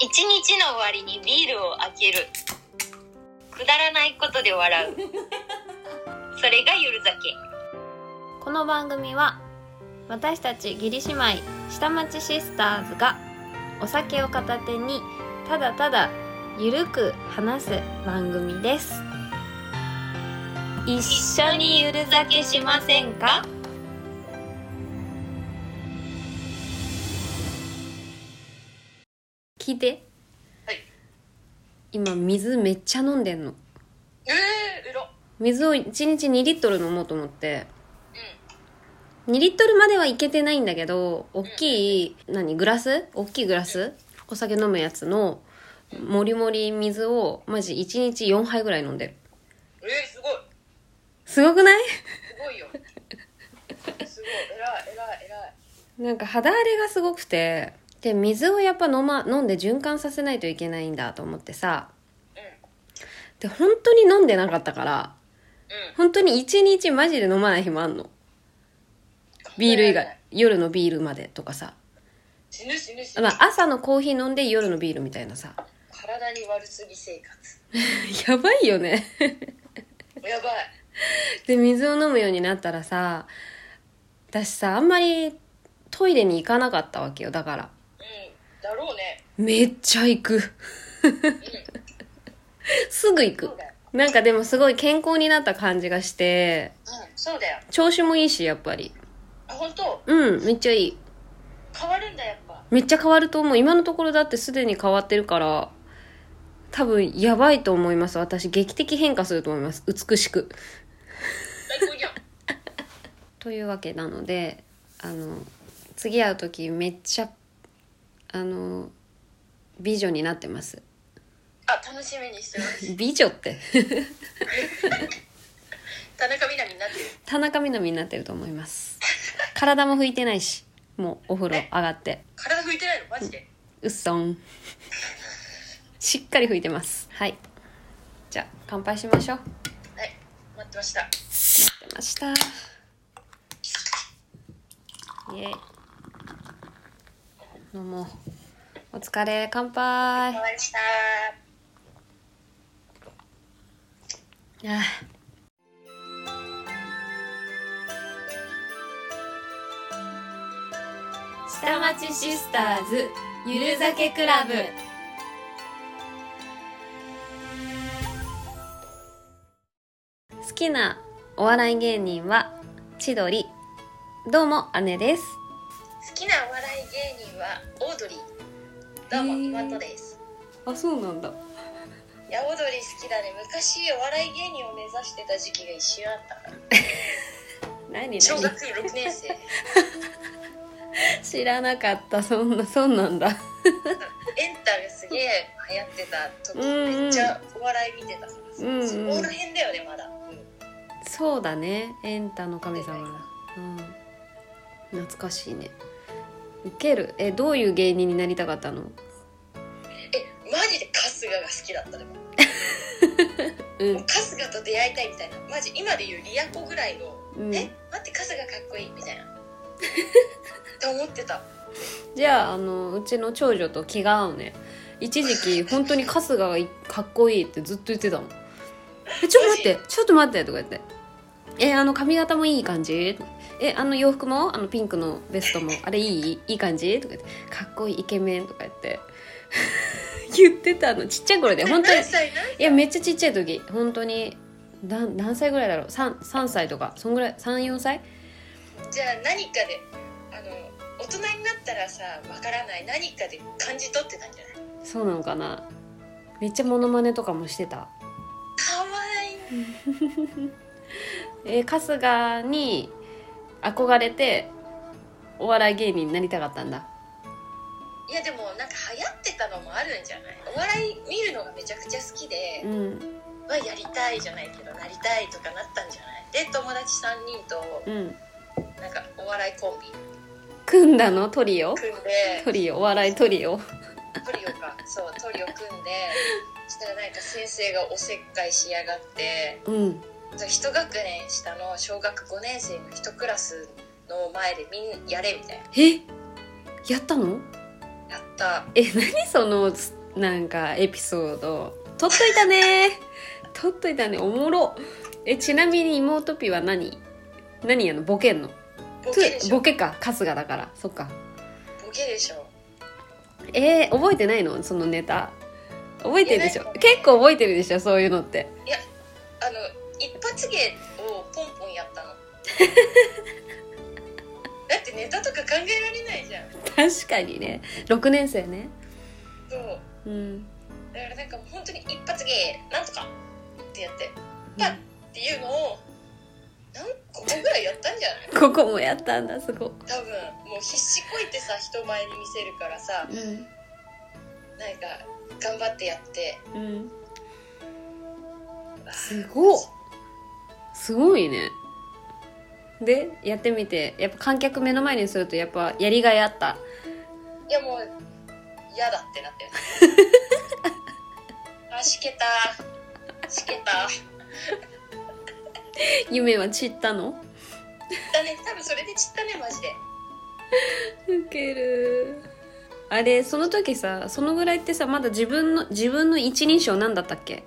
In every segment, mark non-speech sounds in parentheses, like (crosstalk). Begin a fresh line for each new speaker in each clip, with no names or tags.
一日の終わりにビールを開けるくだらないことで笑うそれがゆる酒
この番組は私たち義理姉妹下町シスターズがお酒を片手にただただゆるく話す番組です一緒にゆる酒しませんか聞いて
はい
今水めっちゃ飲んでんの
ええうろ
水を1日2リットル飲もうと思って
う
2リットルまではいけてないんだけど大きい何グラス大きいグラスお酒飲むやつのもりもり水をマジ1日4杯ぐらい飲んでる
んえすごい
すごくない
すご (laughs) いよすごい偉い偉い偉い
なんか肌荒れがすごくてで水をやっぱ飲,、ま、飲んで循環させないといけないんだと思ってさで本当に飲んでなかったから
うんうん
本当に1日マジで飲まない日もあんのビール以外夜のビールまでとかさ、
死ぬ死ぬ死ぬ、
まあ、朝のコーヒー飲んで夜のビールみたいなさ
体に悪すぎ生活
(laughs) やばいよね
やばい
で水を飲むようになったらさ私さあんまりトイレに行かなかったわけよだから
うんだろうね
めっちゃ行く (laughs) すぐ行く
そうだよ
なんかでもすごい健康になった感じがして
うんそうだよ
調子もいいしやっぱり
あ本当
うんめっちゃいい
変わるんだやっぱ
めっちゃ変わると思う今のところだってすでに変わってるから多分やばいと思います私劇的変化すると思います美しく
最高じゃん
というわけなのであの次会う時めっちゃあの美女になってます
あ楽しみにしてます
美女って (laughs)
田中みな実になってる
田中みな実になってると思います体も拭いてないしもうお風呂上がって
体拭いてないのマジで
うっそんしっかり拭いてますはいじゃあ乾杯しましょう
はい待ってました
待ってましたイエイ飲もうお疲れ乾杯
わりました
ああ下町シスターズゆる酒クラブ好きなお笑い芸人は千鳥どうも姉です
好きなお笑い芸人はオードリーどうも
へー
今とです
あそうなんだ
いやオードリー好きだね昔お笑い芸人を目指してた時期が一瞬あったから
何
小学
何
6年生
知らなかったそんなそんなんだ
エンタがすげえ流行ってた時
うんうん
めっちゃお笑い見てたからさそ
うんうん
こら辺だよねまだうん
そうだねエンタの神様だ、うん、懐かしいねウケるえどういう芸人になりたかったの
えマジで春日が好きだったでも
う
もう春日と出会いたいみたいなマジ今で言うリアコぐらいの
うん
え待って春日かっこいい
(laughs)
みたいなって思ってた
じゃああのうちの長女と気が合うね一時期本当に春日がいかっこいいってずっと言ってたもん「えちょっと待ってちょっと待って」とか言って「えあの髪型もいい感じ?」えあの洋服もあのピンクのベストもあれいいいい感じ?」とか言って「かっこいいイケメン」とか言って (laughs) 言ってたのちっちゃい頃で本当に
何歳何
いやめっちゃちっちゃい時本当に何何歳ぐらいだろう 3, 3歳とかそんぐらい34歳
じゃあ何かであの大人になったらさわからない何かで感じ取ってたんじゃない
そうなのかなめっちゃモノマネとかもしてた
かわいい
えー春日に憧れてお笑い芸人になりたかったんだ
いやでもなんか流行ってたのもあるんじゃないお笑い見るのがめちゃくちゃ好きで
う、ん
まあ、やりたいじゃないけどなりたいとかなったんじゃないで友達3人と
うん
なんかお笑いコンビ
組んだのトリオ
組んで
(laughs) トリオお笑いトリオ
トリオかそうトリオ組んでそしたらなんか先生がおせっかいしやがって
うん
一学年下の小学5年生の一クラスの前でみんなやれみたいな
えやったの
やっった
え何そのつなんかエピソード撮っといた
(laughs)
ね撮っといたねおもろえちなみに妹ピは何何やのボケんの
ボケでしょ
ボケか春日だからそっか
ボケでしょ
えー、覚えてないのそのネタ覚えてるでしょ
いやなんか
結構覚えてるでしょそういうのって
あの一発芸をポンポンやったのだってネタとか考えられないじゃん
確かにね6年生ね
そう
うん
だからなんか本当に一発芸なんとかってやってパッっていうのを何個ぐらいやったんじゃない
ここもやったんだすごい
多分もう必死こいてさ人前に見せるからさ
う
なんか頑張ってやって
んうんすごっすごいねでやってみてやっぱ観客目の前にするとやっぱやりがいあった
いやもう嫌だってなってるあしけたしけた
夢は散ったの
だね多分それで散ったねマジで
ウケるあれその時さそのぐらいってさまだ自分の自分の一人称なんだったっけ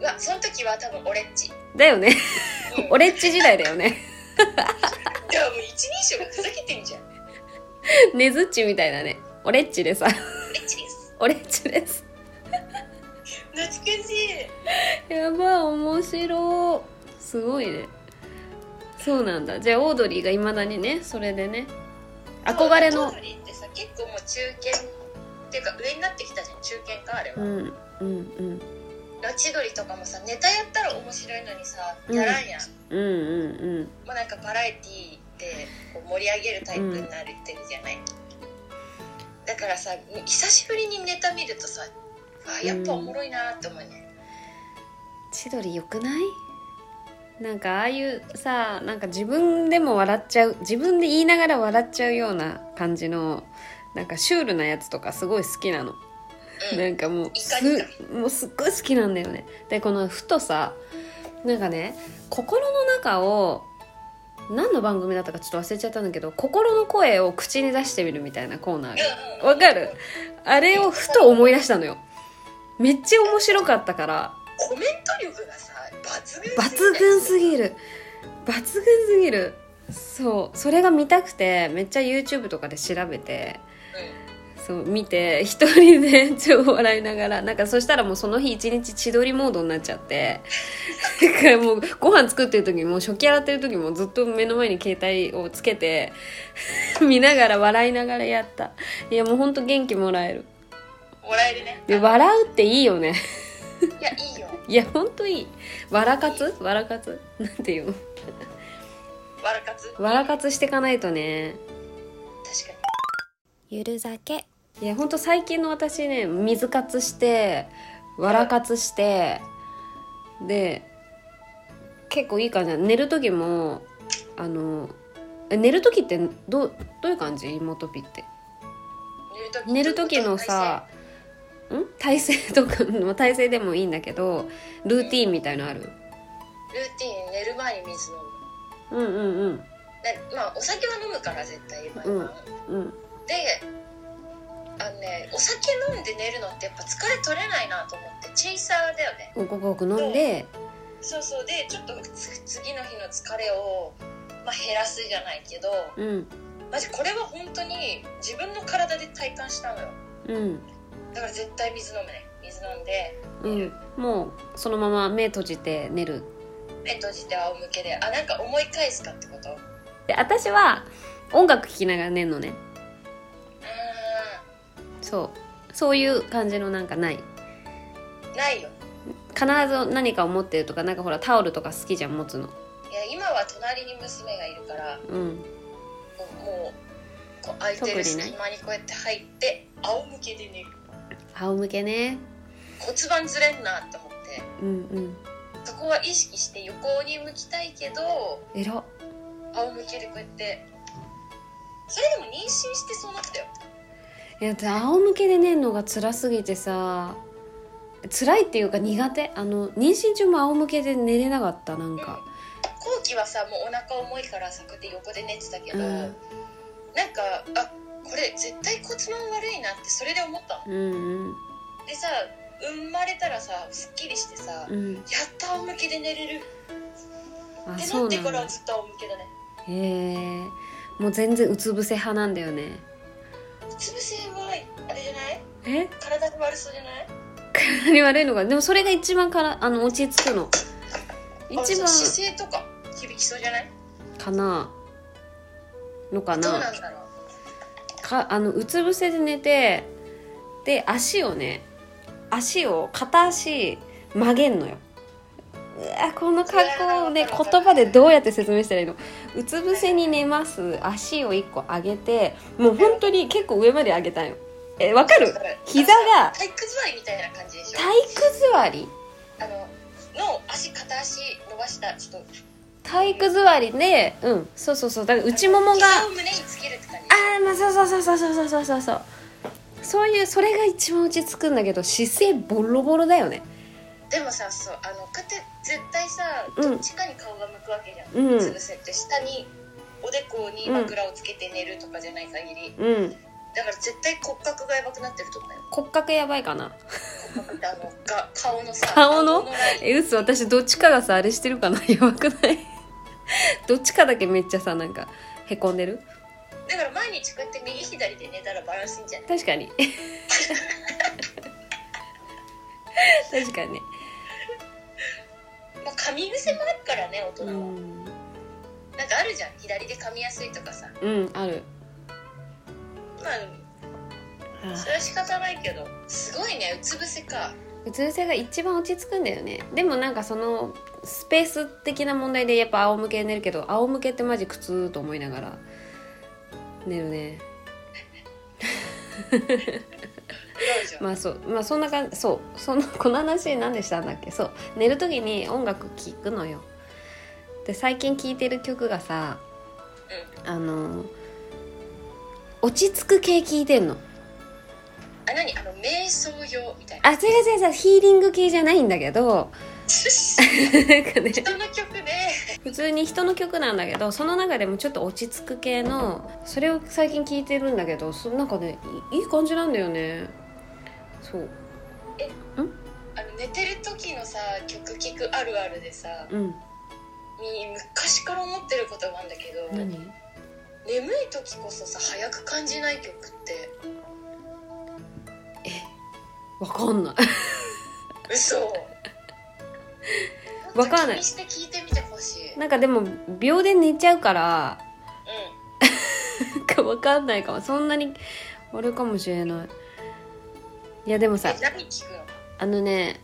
うわその時は多分俺っち
だよ (laughs) ね
うん
俺っち時代だよね
いやもう一人称がふざけてんじゃん
ねずっちみたいなね俺っちでさ
俺っちです
俺っちです
懐かしい
やばい面白いすごいねそうなんだじゃあオードリーがいまだにねそれでね憧れ
オ
の
ードリーってさ結構もう中堅っていうか上になってきたじゃん中堅かあれ
う
は、
んうんうん
ラチドリとかもさネタやったら面白いのにさ
うん
やらんやん、
うんうん
もうなんかバラエティーでこう盛り上げるタイプになるってるじゃない、だからさ久しぶりにネタ見るとさあやっぱおもろいなって思うね、
千鳥よくないなんかああいうさなんか自分でも笑っちゃう自分で言いながら笑っちゃうような感じのなんかシュールなやつとかすごい好きなの
うん
なんかもうす
怒りだ
もうすっごい好きなんだよねでこのふとさなんかね心の中を何の番組だったかちょっと忘れちゃったんだけど心の声を口に出してみるみたいなコーナーが
うんうん
わかるあれをふと思い出したのよめっちゃ面白かったから
コメント力がさ抜群
抜群
ぎ
すぎる抜群すぎるそうそれが見たくてめっちゃ YouTube とかで調べてそう見て (laughs) 一人で超笑いながらなんかそしたらもうその日一日千鳥モードになっちゃってだからもうご飯作ってる時も食器洗ってる時もずっと目の前に携帯をつけて見ながら笑いながらやったいやもうほんと元気もらえる
うん、もらえるね
で笑うっていいよね
いやいいよ
いやほんといい笑かつ笑かつなんていうの
わらかつ確か
わらかつしていかないとね
に
ゆる酒いやほんと最近の私ね水活してわらかつしてで結構いい感じ寝る時もあのえ寝る時ってどうどういう感じ妹ピって寝る時のさん体勢とか (laughs) の体勢でもいいんだけどルーティーンみたいのある
ルーティン寝る前に水飲む
うんうんうん
でまあお酒は飲むから絶対毎晩、
うんうん
であのねお酒飲んで寝るのってやっぱ疲れ取れないなと思ってチェイサーだよね
ごくごく飲んで
そうそうでちょっとつ次の日の疲れを、まあ、減らすじゃないけど
うん
マジこれは本当に自分の体で体感したのよ
うん
だから絶対水飲むね水飲んで
うんもうそのまま目閉じて寝る
目閉じて仰向けであなんか思い返すかってこと
で私は音楽聴きながら寝るのね
う
そうそういう感じのなんかない
ーんないよ
必ず何かを持ってるとかなんかほらタオルとか好きじゃん持つの
いや今は隣に娘がいるから
うん
もうもうこう空いてる隙間にこうやって入って仰向けで寝る
仰向けね
骨盤ずれんなって思って
うんうん
そこは意識して横に向きたいけど
えら
仰向けでこうやってそれでも妊娠してそうなったよ
いや私仰向けで寝るのが辛すぎてさ辛いっていうか苦手あの妊娠中も仰向けで寝れなかったなんか
後期はさもうお腹重いからさこうやって横で寝てたけど、
うん
なんかあこれ絶対骨盤悪いなってそれで思ったの
うん
でさ生まれたらさすっきりしてさ、やっ
うん
と仰向けで寝れる
あ
って
そ
な
う
って
なん
から
だ
はずっと仰向けだね
へえもう全然うつ伏せ派なんだよね
うつ伏せはあれじゃない
え
体に悪そうじゃない
何悪いのかでもそれが一番からあの落ち着くの
あ
一
そう
番
姿勢とか響きそうじゃない
かなのか
どう
な
なんだろう
かあのうつ伏せで寝てで足をね足を片足曲げんのようわこの格好をね
うわ
言葉でどうやって説明したらいいのうつ伏せに寝ます足を1個上げてもう本当に結構上まで上げたんよえわかる膝が
体育座りみたいな感じでしょ
体育座り
あのの足片足伸ばしたちょっと
体育座りでうんそうそうそうだから内ももが
膝を胸につけるって感じ
あーまあそうそうそうそうそうそうそうそうそうそういうそれが一番落ち着くんだけど姿勢ボロボロだよね
でもさそうあのこうやって絶対さ
うん
どっちかに顔が向くわけじゃん、
うん
うつ伏せって下におでこに枕をつけて寝るとかじゃない限り、
うん
だから絶対骨格がやばくなってると思うよ
骨格やばいかな
骨格ってあのが顔のさ
顔の
ライン
えうつ私どっちかがさあれしてるかな (laughs) やばくないどっちかだけめっちゃさなんかへこんでる
だから毎日こうやって右左で寝たらバランスいいんじゃない
確かに (laughs) 確かに
まあ噛み癖もあるからね大人
う
は、
ん、
なんかあるじゃん左で噛みやすいとかさ
うん、ある
まあそれは仕方ないけどすごいねうつ伏せか
うつ伏せが一番落ち着くんだよねでもなんかそのスペース的な問題でやっぱ仰向けに寝るけど仰向けってマジ苦痛と思いながら寝るね
黒いじゃん、
まあそうまあそんな感じそうその (laughs) この話何でしたんだっけそう寝る時に音楽聴くのよで最近聴いてる曲がさあの落ち着く系聴いてんの
あ何あの瞑想用み
(laughs)
たいな
あ違う違う違うヒーリング系じゃないんだけど (laughs)
人
なんかね
の曲で
普通に人の曲なんだけどその中でもちょっと落ち着く系のそれを最近聴いてるんだけどそなんかねいいい感じなんだよねそう
あの寝てる時のさ曲聴くあるあるでさ
うん
み昔から思ってることがあるんだけど眠い時こそさ早く感じない曲って
わかんない (laughs)
嘘
わかんない
もっと気にして聞いてみてほしい、うん、
なんかでも秒で寝ちゃうからなんかわかんないかもそんなにあれかもしれないいやでもさ
え何聞くの
あのね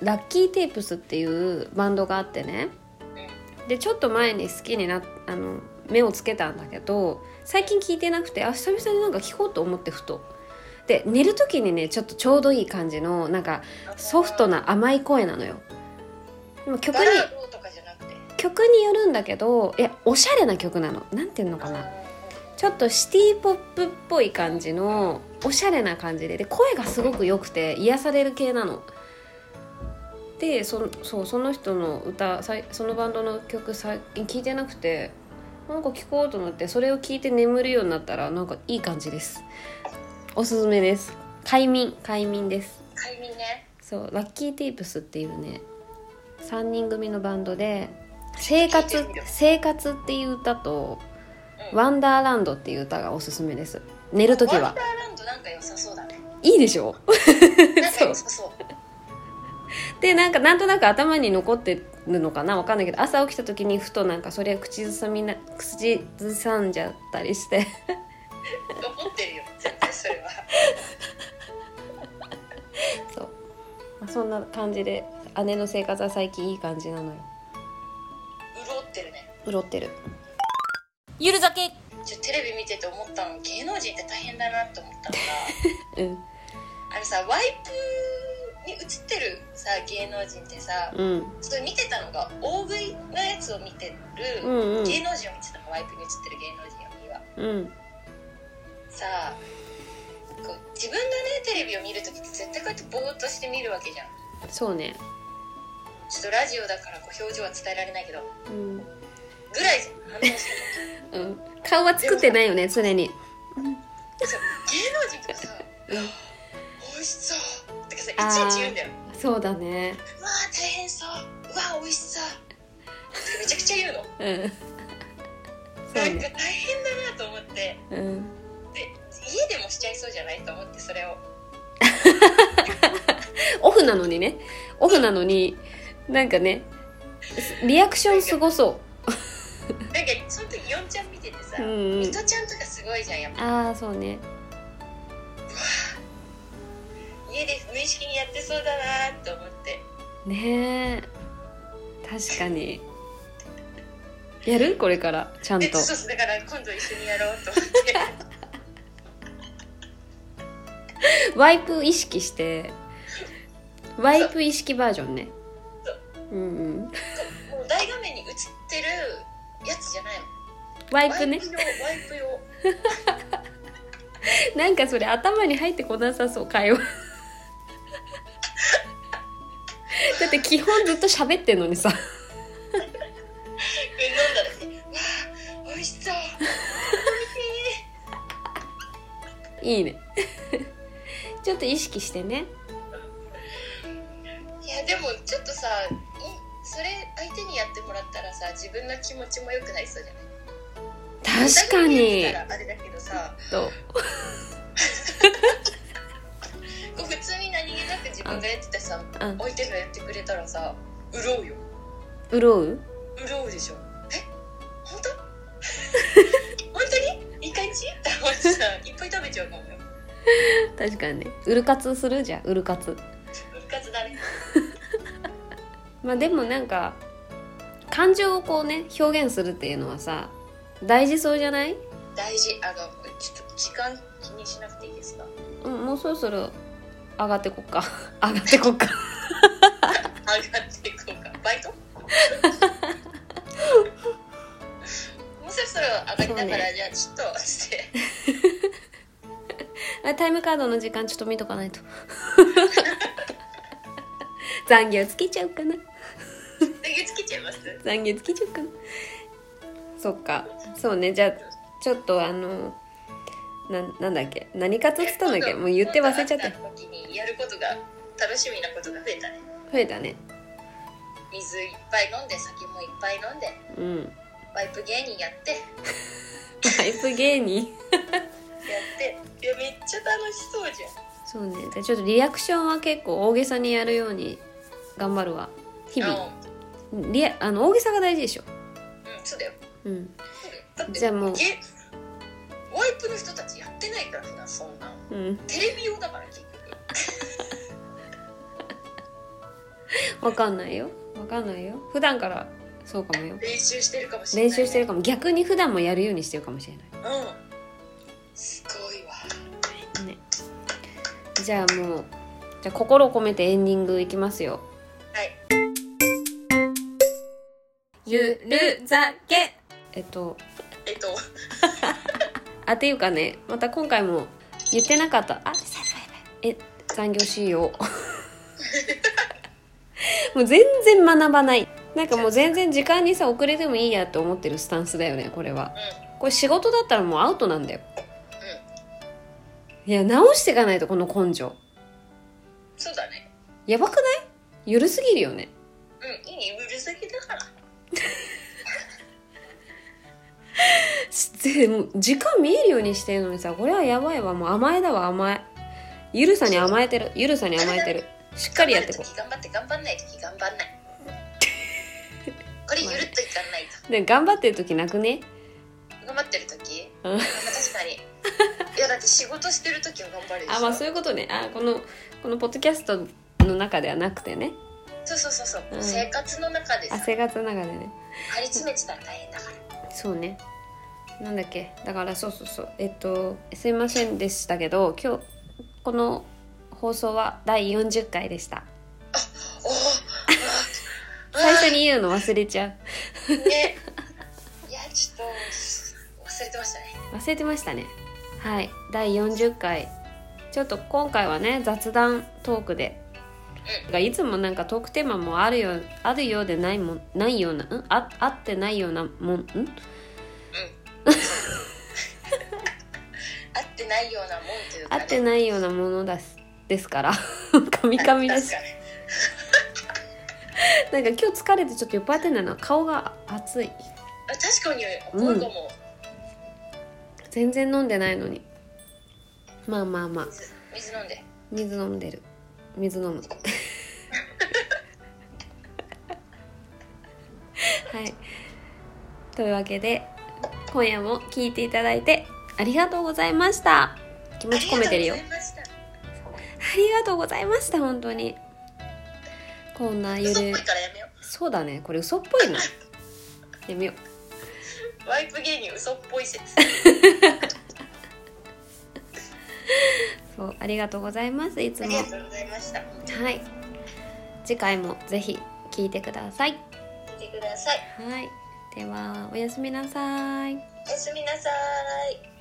ラッキーテープスっていうバンドがあってねでちょっと前に好きになっあの目をつけたんだけど最近聞いてなくてあ久々になんか聴こうと思ってふとで寝る時にねちょっとちょうどいい感じのなんかソフトな甘い声なのよでも曲
バ
に
ラードとかじゃなくて
曲によるんだけどいやおしゃれな曲なのなんていうのかなちょっとシティポップっぽい感じのおしゃれな感じでで声がすごく良くて癒される系なの。でそのそうその人の歌さいそのバンドの曲最近聴いてなくてなんか聴こうと思ってそれを聴いて眠るようになったらなんかいい感じです。おすすめです。快眠快眠です。
快眠ね
そうラッキーテープスっていうね3人組のバンドで「生活生活」っていう歌と「
ン
ワンダーランド」っていう歌がおすすめです寝る時
ワ
は
ンダーランドなんか良さそうだ
(laughs)
ね
いいでしょ
なんか良さそう
でなんかなんとなく頭に残ってるのかなわかんないけど朝起きた時にふとなんかそれ口ずさみな口ずさんじゃったりして (laughs)
残ってるよ絶対それは
そう、まあ、そんな感じで姉の生活は最近いい感じなのよ
潤ってるね
潤ってるゆる酒
ちょテレビ見てて思ったの芸能人って大変だなって思った
(laughs)
の
うん
があれさワイプに映ってるさ芸能人ってさ
うん
それ見てたのが大食いのやつを見て
う
る
んうん
芸能人を見てたのワイプに映ってる芸能人を見は
うん
さあこう自分がねテレビを見る時って絶対こうやってぼーっとして見るわけじゃん
そうね
ちょっとラジオだからこう表情は伝えられないけど
うん
ぐらいじゃん反応する
うん、顔は作ってないよね常に
そう芸能人とかさ「
うん
美味しそう」とかさい
あー
ちいち言うんだよ
そうだね
「うわー大変そう」「うわー美味しそう」とかめちゃくちゃ言うの
うんそう
なんか
ね
大変だなと思って
うん
で家でもしちゃいそうじゃないと思ってそれを
オフなのにねオフなのになんかねリアクションすごそ
なんかその時ヨンちゃん見ててさ、
う、うんう
ミ
ん、
トちゃんとかすごいじゃんやっぱ
ああそうね
家で無意識にやってそうだなと思って
ねえ確かにやるこれからちゃん
え
と
そうそうだから今度一緒にやろうと
(laughs)
思って
ワイプ意識してワイプ意識バージョンねうんうん
もう大画面に映ってるやつじゃないの
ワイプね
用ワイプ用
なんかそれ頭に入ってこなさそう会 (laughs) 話だって基本ずっと喋ってんのにさ
え飲んだらねわあ美味しそう
いいね (laughs) ちょっと意識してね
いやでもちょっとさいそれ相手にやってもらったらさ自分の気持ちも良くなりそうじゃない
確かに
お互いに言ったらあれだけどさ
と
こう普通に何気なく自分がやっててさ
うん
相手がやってくれたらさ潤うよ
潤う
潤うでしょえ本当 (laughs) 本当にいい感じって思ってさいっぱい食べちゃうかもよ
確かにねうるかつするじゃんうるかつ
復活だね
まあでもなんか感情をこうね表現するっていうのはさ大事そうじゃない、
大事あのちょっと時間気にしなくていいですか
うん、もうそろそろ上がってこ (laughs) っか上がってこっか
上がっていこうか
(laughs)
バイトもうそろそろ上がりだから、じゃあちょっとして
あタイムカードの時間ちょっと見とかないと (laughs) 残業つけちゃうかな
投げつけちゃいます
残業つけちゃうかなそっかそうねじゃあちょっとあのなんなんだっけ何かつっつったんだっけもう言って忘れちゃった
今度会った時にやることが楽しみなことが増えたね
増えたね
水いっぱい飲んで酒もいっぱい飲んで
うん
ワイプ芸人やってや
タイプ芸人
っていやめっちゃ楽しそうじゃん
そうねでちょっとリアクションは結構大げさにやるように頑張るわ日々
あ
リアあの大げさが大事でしょ、
うんそうだよ
うん、
そうだよだって
じゃあもう
ゲワイプの人たちやってないからなそんな
うん
テレビ用だから結局
わかんないよわかんないよ普段からそうかもよ
練習してるかもしれない、
練習してるかも逆に普段もやるようにしてるかもしれな
うんすごいわ
いねじゃあもうじゃあ心を込めてエンディングいきますよ
はい
ゆるざけえっと
えっと
あっていうかねまた今回も言ってなかったあえ残業しようもう全然学ばないなんかもう全然時間にさ遅れてもいいやって思ってるスタンスだよねこれはこれ仕事だったらもうアウトなんだよ
うん
いや直していかないとこの根性
そうだね
やばくないゆるすぎるよね
うんいいねうるさけだから
しでもう時間見えるようにしてるのにさこれはやばいわもう甘えだわ甘えゆるさに甘えてるゆるさに甘えてるしっかりやってこう
頑張る時頑張って頑張んない時頑張んない
(laughs)
これゆるっといかないと
で頑張ってる時なくね
頑張ってる時
うん
まあ確か
(laughs)
にいやだって仕事してる時は頑張るでしょ
あまあそういうことねあこのこのポッドキャストの中ではなくてね
そうそうそうそう、
うん
生活の中でさ
汗がつながでね
張り詰めてたら大変だから
そうねなんだっけだからそうそうそうえっとすいませんでしたけど今日この放送は第40回でした
おお
最初に言うの忘れちゃ (laughs)
ねいやちょっと忘れてましたね
う忘れてましたねはい第40回ちょっと今回はね雑談トークでがいつもなんかトークテーマもあるよあるようでないもんないような、ん、ああってないようなもんん
うんないようなもんというか、
合
ね、
ってないようなものですですからカミカミだし
確かに
なんか今日疲れてちょっと酔っ払ってんだな顔が熱い
あ確かに思うかも、
全然飲んでないのにまあまあまあ
水水飲んで
水飲んでる水
(laughs)
飲むはいというわけで今夜も聞いていただいてありがとうございました気持ち込めてるよ
ありがとうございました
ありがとうございました本当にこんなゆ
嘘っ
る
ぽいからやめよ
そうだねこれ嘘っぽいなやめよう
うワイプ芸人嘘っぽい説
そうありがとうございますいつ
あ
も
りがとうございました
はい次回もぜひ聞いてください
見てください
はいではおやすみなさい
おやすみなさーい